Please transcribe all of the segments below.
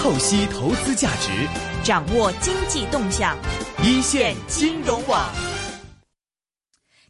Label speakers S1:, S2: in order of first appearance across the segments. S1: 透析投资价值，
S2: 掌握经济动向，
S1: 一线金融网。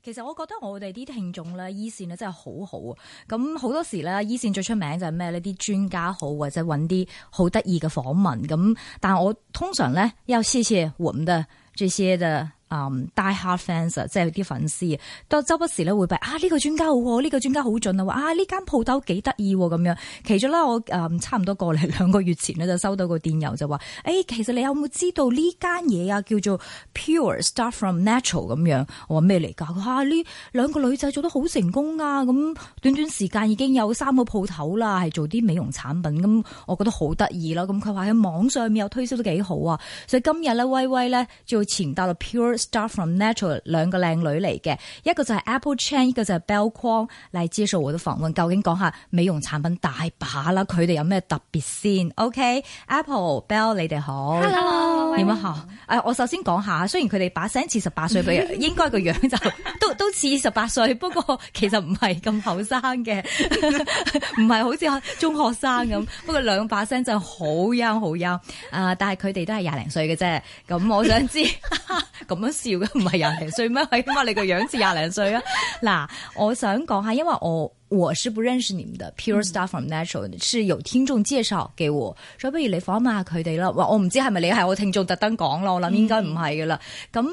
S3: 其實我覺得我哋啲聽眾咧，依線咧真係好好啊！咁好多時咧，依線最出名就係咩呢？啲專家好，或者揾啲好得意嘅訪問咁。但係我通常咧，要謝謝我們的這些嘅嗯 die hard fans，啊即係啲粉絲，都周不時咧會俾啊呢、個專家好喎，呢、個專家好準啊，話啊呢間鋪頭幾得意喎咁樣。其中咧，我誒、嗯差唔多過嚟兩個月前咧就收到個電郵就話，誒、其實你有冇知道呢間嘢啊叫做 Pure Start from Natural 咁樣？我話咩嚟㗎？佢話啊呢兩個女仔做得好成功啊！咁短短時間已經有三個鋪頭啦，係做啲美容產品，咁我覺得好得意啦。咁佢話喺網上面又推銷得幾好啊，所以今日咧威威咧就前搭到 Pure Start from Natural 兩個靚女嚟嘅，一個就係 Apple Chan，一個就係 Bell Kwong 嚟接受我嘅訪問，究竟講下美容產品大把啦，佢哋有咩特別先？OK，Apple、Bell 你哋好。
S4: Hello，
S3: 點啊嚇？誒，我首先講下，雖然佢哋把聲似十八歲，佢樣應該個樣就都都似十八歲，不過其實唔係咁後生嘅，唔係好似中學生咁。不過兩把聲真係好優好優。啊！但係佢哋都係廿零歲嘅啫。咁我想知 咁樣笑嘅唔係廿零歲咩？起碼你個樣似廿零歲啊！嗱，我想講下，因為我。我是不認識你們的 Pure Star from Natural，、是有聽眾介紹給我，所以不如你訪問下佢哋啦。哇！我唔知係咪你係我聽眾特登講咯，我諗應該唔係噶啦。咁、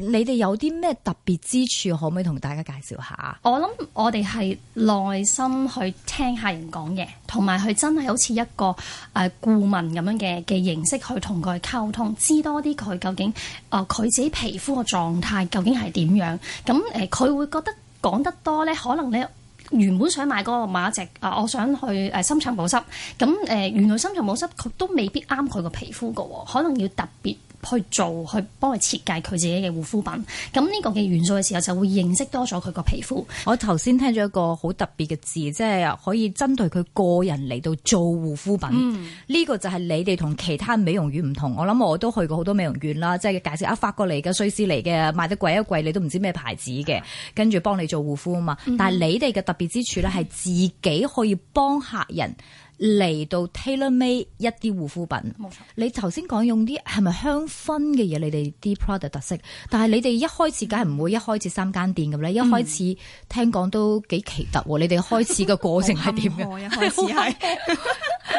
S3: 你哋有啲咩特別之處，可唔可以同大家介紹下？
S4: 我諗我哋係耐心去聽客人講嘢，同埋佢真係好似一個誒、呃、顧問咁樣嘅嘅形式去同佢溝通，知多啲佢究竟誒佢、自己皮膚嘅狀態究竟係點樣。咁誒佢會覺得講得多咧，可能咧。原本想買嗰個馬隻啊，我想去誒深層保濕，咁誒、呃原來深層保濕佢都未必啱佢個皮膚嘅喎，可能要特別去做，去幫佢設計佢自己嘅護膚品。咁呢個嘅元素嘅時候，就會認識多咗佢個皮膚。
S3: 我頭先聽咗一個好特別嘅字，即係可以針對佢個人嚟到做護膚品。呢、個就係你哋同其他美容院唔同。我諗我都去過好多美容院啦，即係介紹啊法國嚟嘅、瑞士嚟嘅，賣得貴一貴，你都唔知咩牌子嘅，跟住幫你做護膚啊嘛。但係你哋嘅特別之處咧，係自己可以幫客人。嚟到 tailor made 一啲護膚品，
S4: 冇錯
S3: 你頭先講用啲係咪香薰嘅嘢？你哋啲 product 特色，但係你哋一開始梗係唔會一開始三間店咁咧，一開始聽講都幾奇特喎。你哋開始嘅過程係點嘅？
S5: 一開始係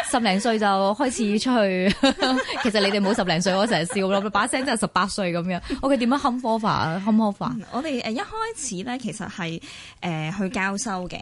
S3: 十零歲就開始出去，其實你哋冇十零歲，我成日笑咯，把聲真係十八歲咁樣。我佢點樣冚 cover 啊？冚 cover
S5: 我哋呃誒一開始咧，其實係誒、呃去交收嘅。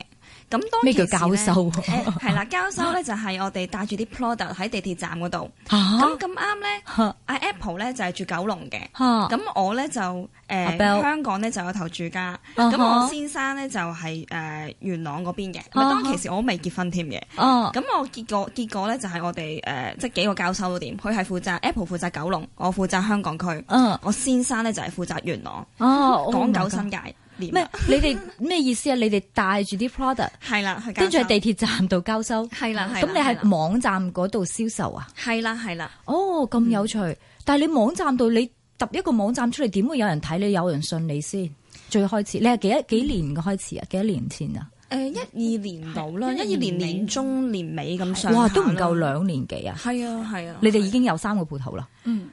S5: 咁當
S3: 咩叫
S5: 其時
S3: 交
S5: 呢
S3: 收啊
S5: 誒係啦，交收咧就係我哋帶住啲 product 喺地鐵站嗰度。
S3: 嚇
S5: 咁咁啱咧，
S3: 啊嚇
S5: 阿 Apple 咧就係住九龍嘅。
S3: 嚇
S5: 咁我咧就誒、
S3: 阿
S5: 呃
S3: Bell
S5: 香港咧就有頭住家，
S3: 啊
S5: 咁、
S3: 哈啊
S5: 我先生咧就係、呃元朗嗰邊嘅。咁、當其時我都未結婚添嘅。
S3: 哦，
S5: 咁我結果結果咧就係我哋誒、呃即係幾個交收點，佢係負責 Apple 負責九龍，我負責香港區，
S3: 嗯
S5: 我先生咧就係負責元朗，
S3: 哦，
S5: 港九
S3: oh my
S5: 新
S3: god
S5: 界連啊
S3: 咩
S5: 啦，？
S3: 你哋咩意思啊？你哋帶住啲 product。
S5: 係啦，去交
S3: 跟住
S5: 收
S3: 喺地鐵站度交收。
S5: 係啦，係
S3: 咁你喺網站嗰度銷售啊？
S5: 係啦係啦，
S3: 哦，咁有趣！但係你網站度你揼一個網站出嚟，點會有人睇你？有人信你先？最開始你係幾多幾年嘅開始啊？幾多年前啊？
S5: 誒一二年到啦，
S4: 係
S5: 一二年
S4: 一二年尾
S5: 年中年尾咁上下啦，
S3: 哇，都唔夠兩年幾啊！
S5: 係啊係啊，
S3: 你哋已經有三個鋪頭啦，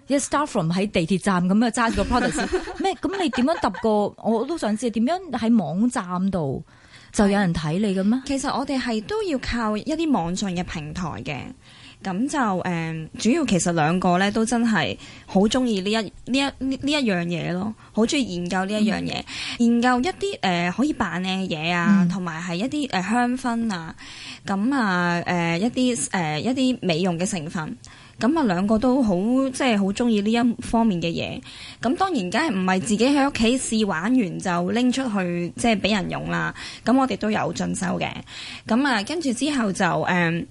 S3: 一 start from 喺地鐵站咁啊揸住個 product 先咩？咁你點樣揼個？我都想知點樣喺網站度就有人睇你嘅咩？
S5: 其實我哋係都要靠一啲網上嘅平台嘅，咁就誒、嗯主要其實兩個咧都真係好中意呢一呢一呢呢一樣嘢咯，好中意研究呢一樣嘢，研究一啲誒、呃可以扮靚嘅嘢啊，同埋係一啲誒、呃香薰啊，咁啊誒一啲誒、呃一啲美容嘅成分。咁啊，兩個都好即係好中意呢一方面嘅嘢。咁當然，梗係唔係自己喺屋企試玩完就拎出去即係俾人用啦。咁我哋都有進修嘅。咁啊，跟住之後就誒。嗯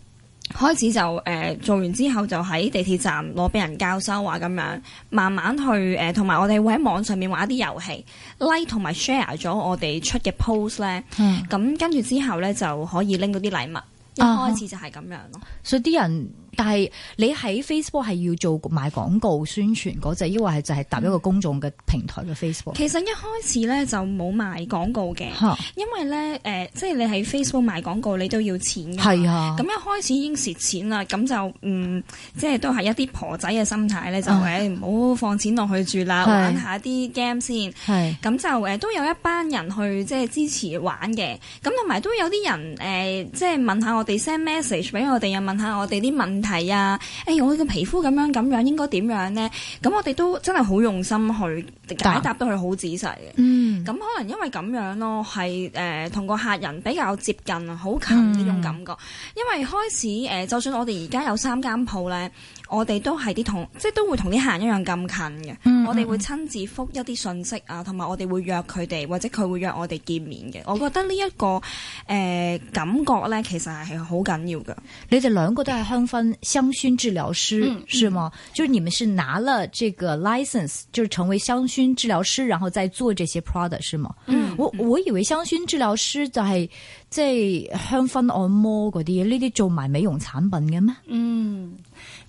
S5: 開始就誒、呃做完之後就喺地鐵站攞俾人交收啊咁樣，慢慢去誒，同、埋我哋會喺網上面玩一啲遊戲，like 同埋 share 咗我哋出嘅 post 咧，
S3: 嗯
S5: 咁跟住之後咧就可以拎到啲禮物，一
S3: 啊哈
S5: 開始就係咁樣咯。
S3: 所以啲人但係你喺 Facebook 係要做賣廣告宣傳嗰只，抑或係就係搭一個公眾嘅平台嘅 Facebook？
S5: 其實一開始咧就冇賣廣告嘅，
S3: 嚇，
S5: 因為咧誒、呃即係你喺 Facebook 賣廣告，你都要錢㗎嘛。
S3: 係啊
S5: 嗯咁，一開始已經蝕錢啦，咁就嗯，即係都係一啲婆仔嘅心態咧，就
S3: 啊
S5: 誒唔好放錢落去住啦，
S3: 係
S5: 玩下啲 game 先。
S3: 係
S5: 咁就誒、呃都有一班人去即係支持玩嘅，咁同埋都有啲人誒、呃即係問下我哋 send message 俾我哋，又問下我哋啲問題啊，誒、我嘅皮膚咁樣咁樣應該點樣呢？咁我哋都真係好用心去解答到佢好仔細嘅。
S3: 嗯
S5: 咁可能因為咁樣咯，係誒同個客人比較接近啊，好近
S3: 嗯
S5: 呢種感覺。因為開始誒、呃就算我哋而家有三間鋪咧，我哋都係啲同即係都會同啲客人一樣咁近嘅。
S3: 嗯
S5: 我哋會親自覆一啲信息啊，同埋我哋會約佢哋，或者佢會約我哋見面嘅。我覺得呢、一個誒、呃感覺咧，其實係好緊要嘅。
S3: 你哋兩個都係香薰香薰治療師、
S4: 嗯
S3: 是嗎？就是你們是拿了這個 license，就是成為香薰治療師，然後再做這些 product 是嗎？
S5: 嗯
S3: 我我以為香薰治療師就係即係香薰按摩嗰啲，呢啲做埋美容產品嘅咩？
S4: 嗯，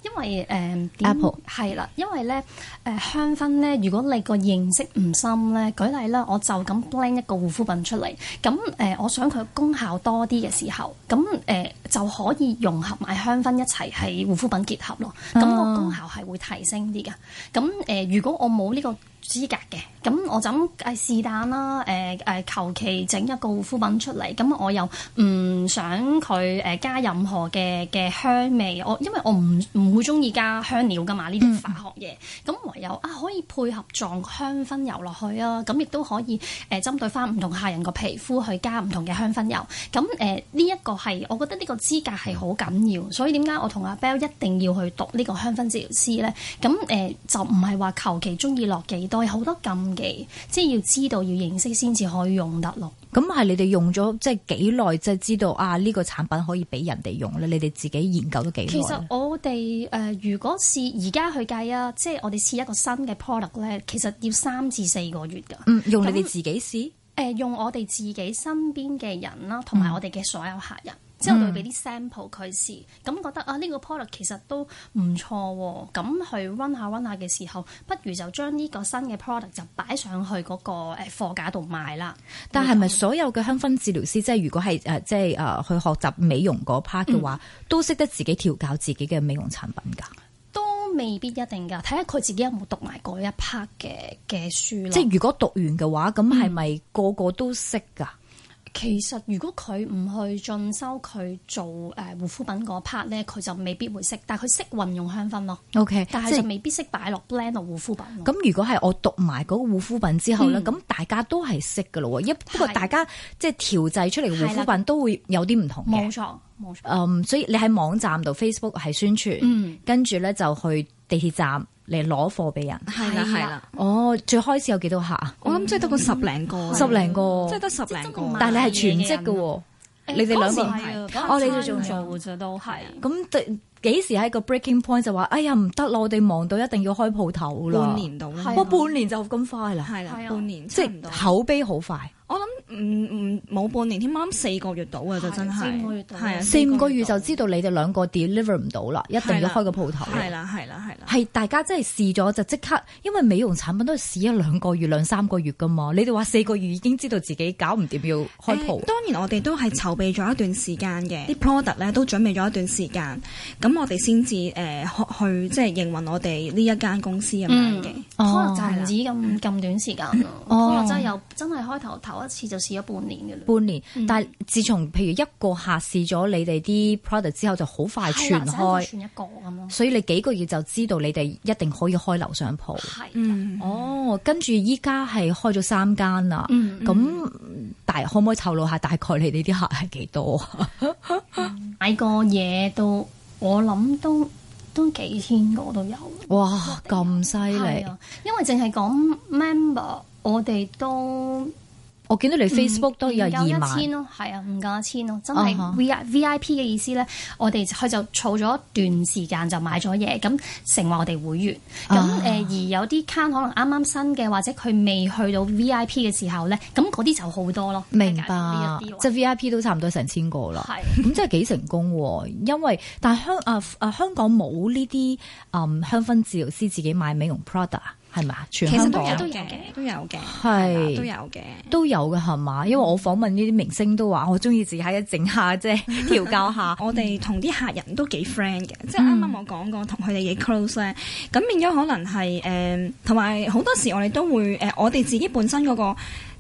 S4: 因為誒、點
S3: Apple
S4: 係啦，因為咧誒、香薰咧，如果你個認識唔深咧，舉例啦，我就咁 blend 一個護膚品出嚟，咁誒、我想佢功效多啲嘅時候，咁誒、就可以融合埋香薰一齊係護膚品結合咯，咁、
S3: 啊
S4: 個功效係會提升啲嘅。咁誒、如果我冇呢個資格嘅，咁我就咁誒是但啦，誒誒求其整一個護膚品出嚟，咁我又唔想佢誒加任何嘅嘅香味，我因為我唔唔會中意加香料噶嘛，呢啲化學嘢，咁、唯有啊可以配合撞香薰油落去啊，咁亦都可以誒、呃針對翻唔同客人個皮膚去加唔同嘅香薰油，咁誒呢一個係我覺得呢個資格係好緊要，所以點解我同阿 Bell 一定要去讀呢個香薰治療師咧？咁誒、呃就唔係話求其中意落幾多，有好多禁忌，即係要知道要認識先至可以用得咯。
S3: 咁係你哋用咗即係幾耐，即係知道啊呢、個產品可以俾人哋用咧？你哋自己研究咗幾耐？
S4: 其實我哋誒、呃如果試而家去計啊，即係我哋試一個新嘅 product 咧，其實要三至四個月㗎。
S3: 嗯，用你
S4: 咁
S3: 哋自己試。
S4: 誒、呃用我哋自己身邊嘅人啦，同埋我哋嘅所有客人，之後就會俾啲 sample 佢試，咁覺得啊呢、個 product 其實都唔錯喎，咁去 run 下 run 下嘅時候，不如就將呢個新嘅 product 就擺上去嗰個誒貨架度賣啦。
S3: 但係咪所有嘅香薰治療師，即係如果係誒、呃即係誒、呃去學習美容嗰 part
S4: 嗯
S3: 嘅話，都識得自己調教自己嘅美容產品㗎？
S4: 都未必一定㗎，睇下佢自己有冇讀埋嗰一 part 嘅嘅書咯。
S3: 即係如果讀完嘅話，咁係
S4: 嗯
S3: 咪個個都識㗎？
S4: 其實如果佢唔去進修佢做誒、呃、護膚品嗰 part 咧，佢就未必會識，但係佢識運用香薰咯，
S3: O K，
S4: 但
S3: 即
S4: 係
S3: 係
S4: 就未必識擺落 blend 落護膚品咯。
S3: 咁。如果係我讀埋嗰個護膚品之後咧，
S4: 嗯
S3: 咁、大家都係識㗎咯喎。一不過
S4: 係
S3: 大家即係調製出嚟嘅護膚
S4: 係
S3: 品都會有啲唔同嘅
S4: 冇。錯，冇錯。
S3: 嗯，所以你喺網站度 Facebook 係宣傳，
S4: 嗯
S3: 跟住咧就去地鐵站嚟攞貨俾人。
S5: 係
S4: 啦係啦，
S3: 哦，最開始有幾多客啊？
S5: 我諗即係得個十零個，
S3: 十零個
S5: 即係得十零
S4: 即係真係
S5: 個
S4: 唔。
S3: 但係你係全職嘅喎。你哋兩個
S4: 唔
S3: 唔
S4: 係
S3: 係，哦，你哋仲做。
S4: 做嘅啫，都係。
S3: 咁第幾時喺個 breaking point 就話，哎呀唔得啦，我哋忙到一定要開鋪頭啦。
S5: 半，年到啦
S4: 係，
S3: 哇，半年就咁快啦，
S5: 係啦，
S4: 係啊
S5: 半年
S3: 即
S5: 差唔
S3: 啊係
S5: 多
S3: 口碑好快，
S5: 我諗唔唔冇半年添，我諗四個月到啊，就真係
S4: 四五個月到
S5: 係啊，
S3: 四五個月
S5: 到
S3: 就知道你哋兩個 deliver 唔到啦，一定要開個鋪頭。
S5: 係啦係啦係啦，
S3: 係大家真係試咗就即刻，因為美容產品都係試一兩個月、兩三個月噶嘛。你哋話四個月已經知道自己搞唔掂要開鋪
S5: 誒，當然我哋都係籌備咗一段時間嘅，啲 product 咧都準備咗一段時間，咁我哋先至誒去去即係營運我哋呢一間公司咁樣嘅。
S4: 可能就唔止咁咁短時間咯，
S3: 嗯哦
S4: 可能真係有真係開頭頭一次就試咗半年嘅啦。
S3: 半年，但係自從譬如一個客試咗你哋啲 product 之後，就好快
S4: 係
S3: 傳
S4: 啦就
S3: 開，嗯
S4: 全一個咁咯。
S3: 所以你幾個月就知道你哋一定可以開樓上鋪。
S4: 係。
S5: 嗯，
S3: 哦，跟住依家係開咗三間啦，
S4: 嗯
S3: 咁、大可唔可以透露下大概你哋啲客係幾多啊？
S4: 買個嘢都，我諗都都幾千個都有。
S3: 哇，咁犀利
S4: 啊係！啊，因為淨係講 member，我哋都
S3: 我見到你 Facebook 都有
S4: 嗯唔夠
S3: 二
S4: 一
S3: 萬
S4: 千，咯，係啊，唔夠一千咯，真
S3: 啊哈
S4: 係 V I V I P 嘅意思咧，我哋佢就儲咗一段時間就買咗嘢，咁成為我哋會員。咁誒、
S3: 啊
S4: 而有啲卡可能啱啱新嘅，或者佢未去到 V I P 嘅時候咧，咁嗰啲就好多咯。
S3: 明
S4: 介紹呢
S3: 白
S4: 一啲，
S3: 即
S4: 位
S3: 係 V I P 都差唔多成千個啦。
S4: 係。
S3: 咁真係幾成功喎，因為但係香啊啊香港冇呢啲嗯香薰治療師自己買美容 product 係咪啊？全
S5: 其實
S3: 香
S5: 都
S3: 港
S5: 有
S4: 都有
S5: 嘅，
S4: 嘅
S5: 都有嘅，
S3: 係
S5: 都有嘅。
S3: 都有嘅係嘛？因為我訪問呢啲明星都話，我中意自己喺度整下即係調教下。
S5: 我哋同啲客人都幾 friend 嘅，即係啱啱我講過同佢哋幾 close 咧，咁變咗可能係誒，呃同埋好多時我哋都會誒、呃我哋自己本身嗰、個。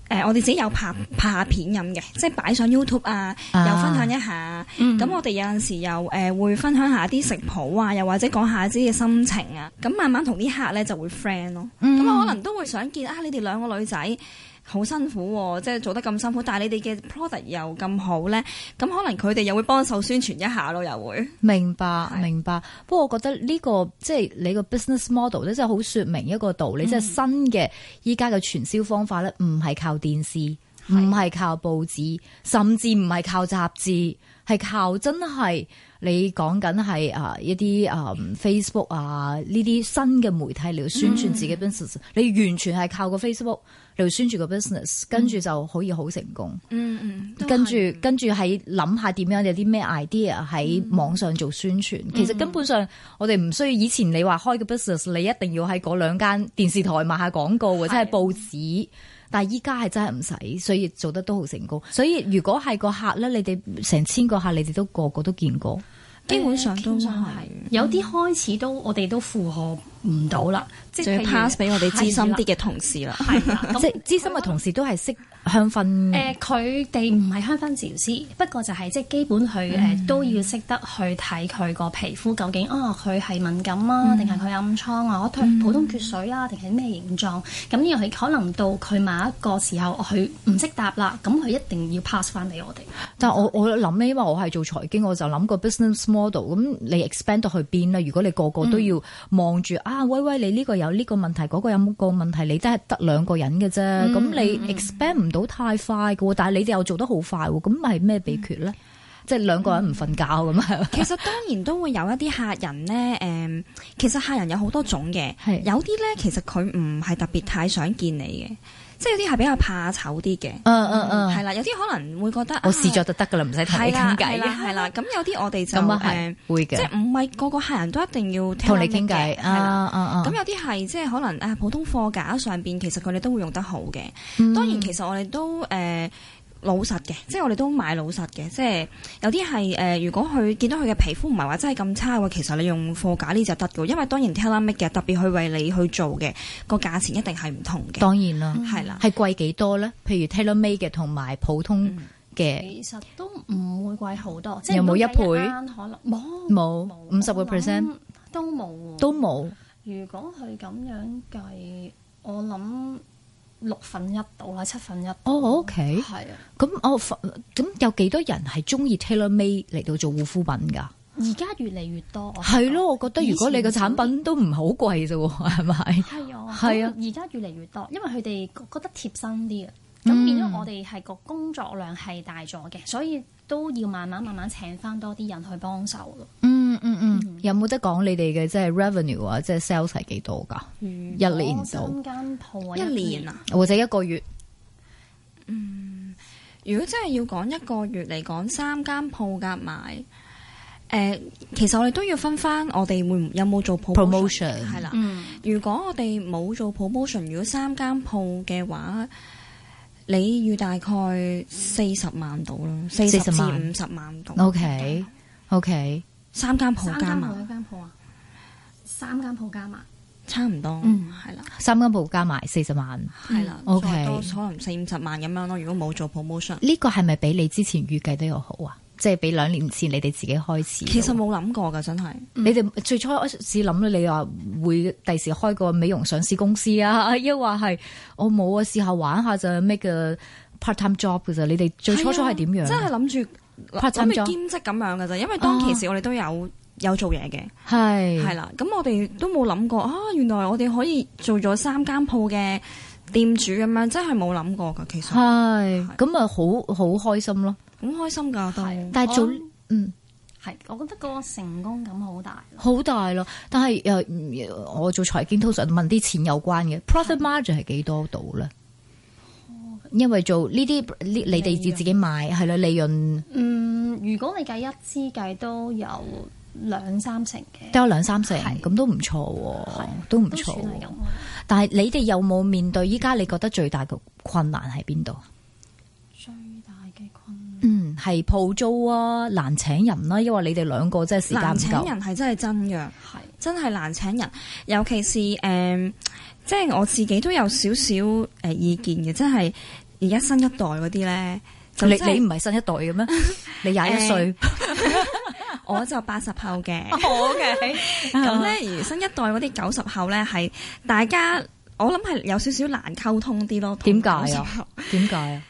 S5: 呃我哋自己有拍拍下片咁嘅，即係擺上 YouTube 啊，
S3: 啊
S5: 又分享一下。咁、我哋有陣時又誒、呃、會分享下啲食譜啊，又或者講下自己嘅心情啊。咁慢慢同啲客咧就會 friend 咯。咁我可能都會想見啊，你哋兩個女仔好辛苦喎、即係做得咁辛苦，但係你哋嘅 product 又咁好咧，咁可能佢哋又會幫手宣傳一下咯，又會。
S3: 明白，明白。不過我覺得呢、個即係你個 business model 咧，真係好說明一個道理，即係新嘅依家嘅傳銷方法咧，唔係靠電視，唔係靠報紙，甚至唔係靠雜誌，係靠真係你講緊係啊一啲啊 Facebook 啊呢啲新嘅媒體嚟到宣傳自己 business，、你完全係靠個 Facebook 嚟到宣傳個 business，跟住就可以好成功。
S5: 嗯嗯，
S3: 跟住跟住喺諗下點樣有啲咩 idea 喺
S4: 嗯
S3: 網上做宣傳，其實根本上我哋唔需要。以前你話開個 business，你一定要喺嗰兩間電視台賣下廣告或者係報紙，但係依家係真係唔使，所以做得都好成功。所以如果係個客咧，你哋成千個客，你哋都個個都見過。
S5: 基本上都係，
S4: 有啲
S3: 嗯
S4: 開始都我哋都負荷唔到啦，即
S5: 就
S4: 係
S5: 要
S4: 譬如
S5: pass 俾我哋資深啲
S4: 係
S5: 嘅同事啦。
S4: 啦 係啦，啊咁
S3: 即係資深嘅同事都係識香薰。
S4: 誒，佢哋唔係香薰治療師，不過就係即係基本佢誒都要識得去睇佢個皮膚究竟啊，佢係敏感啊，定係佢暗瘡啊，我對普通缺水啊，定係咩形狀？咁因為佢可能到佢某一個時候，佢唔識答啦，咁佢一定要 pass 翻俾我哋。
S3: 但我我諗咧，因為我係做財經，我就諗個 business model。咁你 expand 到去邊咧？如果你個
S5: 嗯
S3: 個都要望住、啊，威威你呢個有呢個問題，嗰、個有冇個問題，你都係得兩個人嘅啫。
S5: 嗯
S3: 咁、你 expand 唔到太快嘅喎，但係你哋又做得好快喎，咁係咩秘訣
S5: 嗯
S3: 咧？即係兩個人唔瞓覺咁啊？
S5: 其實當然都會有一啲客人咧，誒、其實客人有好多種嘅
S3: 係，
S5: 有啲咧其實佢唔係特別太想見你嘅，即係有啲係比較怕醜啲嘅，
S3: 嗯嗯嗯，
S5: 係啦，有啲可能會覺得
S3: 我試
S5: 啊
S3: 咗就得㗎啦，唔使同你
S5: 係
S3: 傾
S5: 啦係
S3: 偈
S5: 啦係啦，咁有啲我哋就
S3: 咁啊
S5: 誒
S3: 係會
S5: 即
S3: 嘅，
S5: 係唔係個個客人都一定要聽
S3: 同你
S5: 得明
S3: 傾偈
S5: 嘅係
S3: 啊
S5: 啦。
S3: 啊啊！
S5: 咁有啲係即係可能啊，普通貨架上邊其實佢哋都會用得好嘅。
S3: 嗯
S5: 當然其實我哋都誒、呃老實嘅，即係我哋都買老實嘅。即係有啲係誒，如果佢見到佢嘅皮膚唔係話真係咁差嘅話，其實你用貨架呢就得嘅，因為當然 tailor make 嘅，特別去為你去做嘅個價錢一定係唔同嘅，
S3: 當然啦，
S5: 係啦。
S3: 係貴幾多咧？譬如 tailor made 嘅同埋普通
S5: 嗯
S3: 嘅。
S4: 其實都唔會貴好多，即係
S3: 有冇一倍
S4: 如果計間可能冇
S3: 冇50%
S4: 我諗都冇喎
S3: 都冇，
S4: 如果佢咁樣計，我諗六分一到啦，七分一。
S3: 哦，OK
S4: 係啊，
S3: 咁我發咁有幾多人係中意 tailor made 嚟到做護膚品㗎？
S4: 而家越嚟越多。我
S3: 係
S4: 覺得
S3: 咯，我覺得如果你個產品都唔係好貴啫喎， 係咪？
S4: 係啊，
S3: 係啊
S4: 咁而家越嚟越多，因為佢哋覺得貼身啲啊，
S3: 嗯
S4: 咁、變咗我哋係個工作量係大咗嘅，所以都要慢慢慢慢請翻多啲人去幫手咯。
S3: 嗯嗯嗯，有冇得講你哋嘅即係 revenue 啊，即係 sales 係幾多㗎？
S5: 嗯
S3: 一年到
S4: 三間鋪啊，
S5: 一年啊！
S3: 或者一個月？
S5: 如果真係要講一個月嚟講，三間鋪夾埋，誒、其實我哋都要分翻我哋會唔有冇做
S3: Promotion
S5: 係啦。
S4: 嗯，
S5: 如果我哋冇做 promotion，如果三間鋪嘅話，你要大概四十萬到啦，四十至
S3: 40萬
S5: 五十萬到。
S3: OK OK，
S5: 三間鋪
S4: 三
S5: 加
S4: 間鋪一
S5: 埋，
S4: 間鋪啊，三間鋪加埋，
S5: 差唔多，
S4: 嗯
S5: 係啦，
S3: 三間鋪加埋四十萬，
S5: 係啦
S3: 嗯，
S5: 再多
S3: OK
S5: 可能四五十萬咁樣咯。如果冇做 promotion，
S3: 呢個係咪比你之前預計都有好啊？即係比兩年前你哋自己開始嘅喎？
S5: 其實冇諗過㗎，真係。
S3: 你哋最初開始諗咧，你話會第時開個美容上市公司啊， 抑或係我冇啊，試下玩下就 make 個 part time job 嘅咋？你哋最初初係點樣？
S5: 真係諗住
S3: Part-time
S5: 諗住兼職咁樣㗎咋，因為
S3: 哦
S5: 當其時我哋都有有做嘢嘅。
S3: 係
S5: 係啦，咁我哋都冇諗過啊！原來我哋可以做咗三間鋪嘅店主咁樣，真係冇諗過㗎，其實好
S3: 係咁咪好好開心咯。
S5: 開心㗎都。
S4: 係
S3: 但係做
S4: 我
S3: 嗯
S4: 係，我覺得嗰個成功感好大。
S3: 好大咯，但係誒、嗯我做財經通常問啲錢有關嘅 profit margin 係幾多度咧？因為做呢啲呢你哋要自己買係啦，利潤
S4: 嗯，如果你計一支計都有兩三成嘅，
S3: 都有兩三成，
S4: 係
S3: 咁都唔錯喎，都唔
S4: 都
S3: 錯
S4: 算係
S3: 喎
S4: 咁。。
S3: 但係你哋有冇面對依家你覺得最大嘅困難喺邊度？
S4: 最大嘅困難
S3: 嗯，係鋪租啊，難請人啦、因為你哋兩個真係時間
S5: 難
S3: 唔
S5: 請
S3: 夠。
S5: 人係真係真嘅，
S4: 係
S5: 真係難請人，尤其是誒、嗯即係我自己都有少少誒意見嘅，即係而家新一代嗰啲咧，就
S3: 你
S5: 真係
S3: 你唔係新一代嘅咩？你廿一歲，
S5: 我就八十後 嘅，
S3: 我嘅
S5: 咁咧而新一代嗰啲九十後咧係大家。我諗係有少少難溝通啲咯，同
S3: 點解啊
S5: 90後？
S3: 點解啊？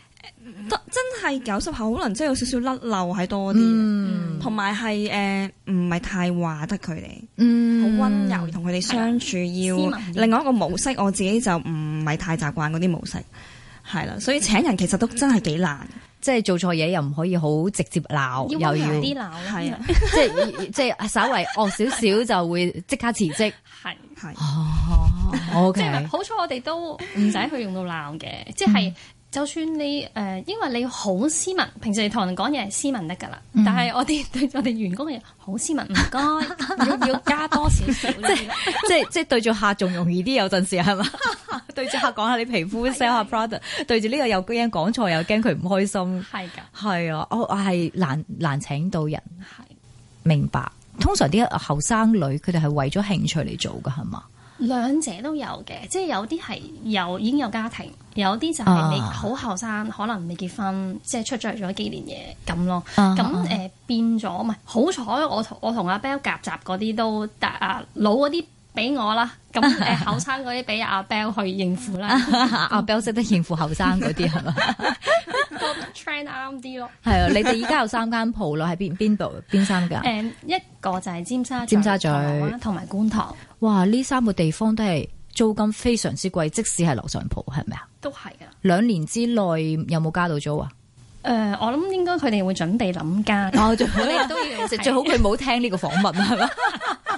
S5: 得真係九十後可能真係有少少甩漏係多啲，
S3: 嗯
S5: 同埋係誒唔係太話得佢哋。好
S3: 嗯
S5: 温柔，而同佢哋相處要
S4: 斯文啲
S5: 另外一個模式，我自己就唔係太習慣嗰啲模式，係啦，所以請人其實都真係幾難，
S3: 即係做錯嘢又唔可以好直接鬧，又
S4: 要温
S3: 要
S4: 柔啲
S3: 即
S4: 鬧
S5: 係啊
S4: 啦，
S3: 係 即係稍為惡少少就會即刻辭職。
S4: 係。
S5: 係
S3: 哦
S4: 即係
S3: ，OK，嗯
S4: 好彩我哋都唔使去用到鬧嘅，即係就算你誒、呃因為你好斯文，平時你同人講嘢係斯文得㗎啦，
S3: 嗯
S4: 但係我哋對我哋員工嘅好斯文，唔 該，要要加多少少呢啲啦
S3: 即係即係對住客仲容易啲，有陣時係 嘛？對住客講下你皮膚 sell 下 product，對住呢個又驚講錯，又驚佢唔開心。
S4: 係㗎，
S3: 係啊，我我係難難請到人，
S4: 係
S3: 明白。通常啲後生女佢哋係為咗興趣嚟做㗎，係嘛？
S4: 兩者都有嘅，即係有啲係有已經有家庭，有啲就係你
S3: 啊
S4: 好後生，可能未結婚，即係出咗嚟咗幾年嘢咁咯。
S3: 啊
S4: 咁
S3: 啊
S4: 誒、呃、變咗，唔係好彩，我同我同阿 Bell 夾雜嗰啲都得啊，老嗰啲俾我啦，咁 誒、呃、後生嗰啲俾阿 Bell 去應付啦
S3: 啊阿 Bell 識得應付後生嗰啲係嘛？
S4: 個，trend 啱啲咯。
S3: 係啊，你哋而家有三間鋪啦，喺邊邊度邊三間
S4: 誒、？呃一個就係尖沙咀、
S3: 尖沙咀
S4: 銅鑼灣同埋觀塘
S3: 哇！呢三個地方都係租金非常之貴，即使係樓上鋪，係咪啊？
S4: 都係㗎。誒、
S3: 兩年之內有冇加到租啊？
S4: 呃我諗應該佢哋會準備諗家。
S3: 哦，最
S4: 我哋都要
S3: 最好佢冇聽呢個訪問，係嘛？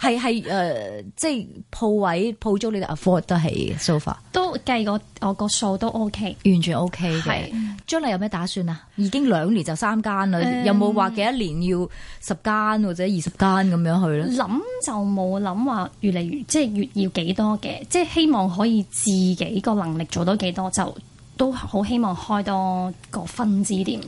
S3: 係係誒，即係鋪位鋪租你哋 afford 得起 so far，
S4: 都計過我個數都 OK。
S3: 完全 OK 嘅
S4: 係。
S3: 將來有咩打算啊？已經兩年就三間啦，
S4: 誒
S3: 有冇話幾多年要十間或者二十間咁樣去咧？
S4: 諗就冇諗話越嚟越即係越要幾多嘅，即係希望可以自己個能力做到幾多就都好希望開多個分支店，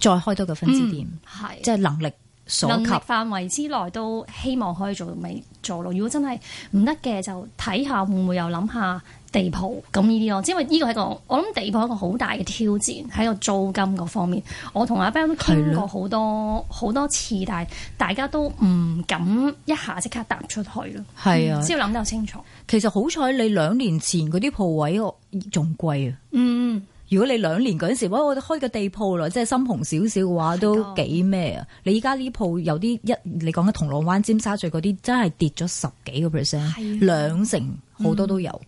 S3: 再開多個分支店，
S4: 係
S3: 即係嗯能力所
S4: 能力
S3: 及。
S4: 範圍之內都希望可以做到咪做咯。如果真係唔得嘅，就睇下會唔會又諗下地鋪咁呢啲咯。因為呢個係一個我諗地鋪係一個好大嘅挑戰喺個租金嗰方面。我同阿 Ben 都
S3: 係
S4: 傾
S3: 咯
S4: 過好多好多次，但係大家都唔敢一下即刻踏出去咯。
S3: 係啊，
S4: 只嗯要諗得清楚。
S3: 其實好彩你兩年前嗰啲鋪位我仲貴啊！
S4: 嗯，
S3: 如果你兩年嗰陣時，喂，我哋開個地鋪啦，即係深紅少少嘅話，都幾咩啊？你依家呢鋪有啲一，你講緊銅鑼灣、尖沙咀嗰啲，真係跌咗十幾個 percent，
S4: 係啊嗯
S3: 兩成好多都有。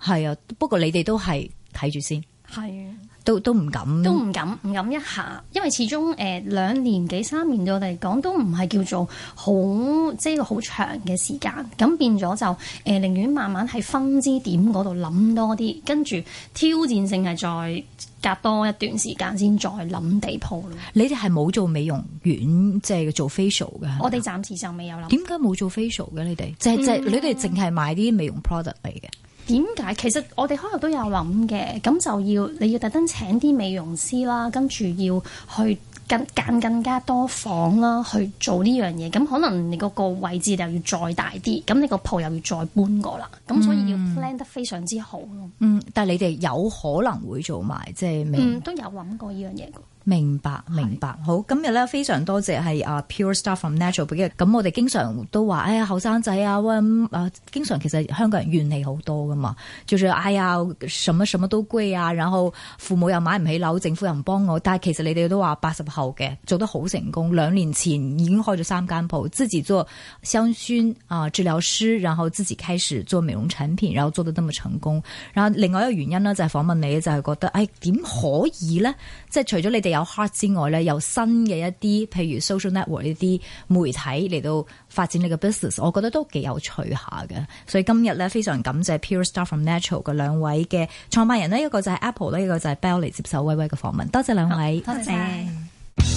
S3: 係啊，不過你哋都係睇住先，
S4: 係啊
S3: 都都唔敢。
S4: 都唔敢唔敢一下，因為始終誒、呃、兩年幾三年對我哋嚟講都唔係叫做好即係一個好長嘅時間，咁變咗就誒、呃、寧願慢慢喺分支點嗰度諗多啲，跟住挑戰性係再隔多一段時間先再諗地鋪咯。
S3: 你哋係冇做美容院，即係做 facial 嘅。
S4: 我哋嗯暫時就未有諗。
S3: 點解冇做 facial 嘅？你哋即係即係你哋淨係賣啲美容 product 嚟嘅。
S4: 點解？其實我哋開頭都有諗嘅，咁就要你要特登請啲美容師啦，跟住要去更間更加多房啦，去做呢樣嘢。咁可能你嗰個位置就要再大啲，咁你個鋪又要再搬過啦。咁所以要
S3: 嗯
S4: plan 得非常之好咯。
S3: 嗯，但係你哋有可能會做埋即係美容
S4: 嗯，都有諗過呢樣嘢㗎。
S3: 明白，明白。好，今日咧非常多謝係啊 Pure Star from Natural 嘅。咁我哋經常都話，哎呀後生仔啊，喂咁啊，經常其實香港人怨氣好多噶嘛，就是哎呀什麼什麼都貴啊，然後父母又買唔起樓，政府又唔幫我。但係其實你哋都話八十後嘅做得好成功，兩年前已經開咗三間鋪，自己做香薰啊治療師，然後自己開始做美容產品，然後做得那麼成功。然後另外一個原因呢，就係訪問你，就係、覺得，誒點可以呢？即係除咗你哋有 heart 之外呢，有新嘅一啲，譬如 social network 呢啲媒體嚟到發展你嘅 business，我覺得都幾有趣下嘅。所以今日呢，非常感謝 Pure Star from Natural 嘅兩位嘅創辦人呢，一個就係 Apple 呢，一個就係 Bell 嚟接受威威嘅訪問。多謝兩位，
S4: 多謝。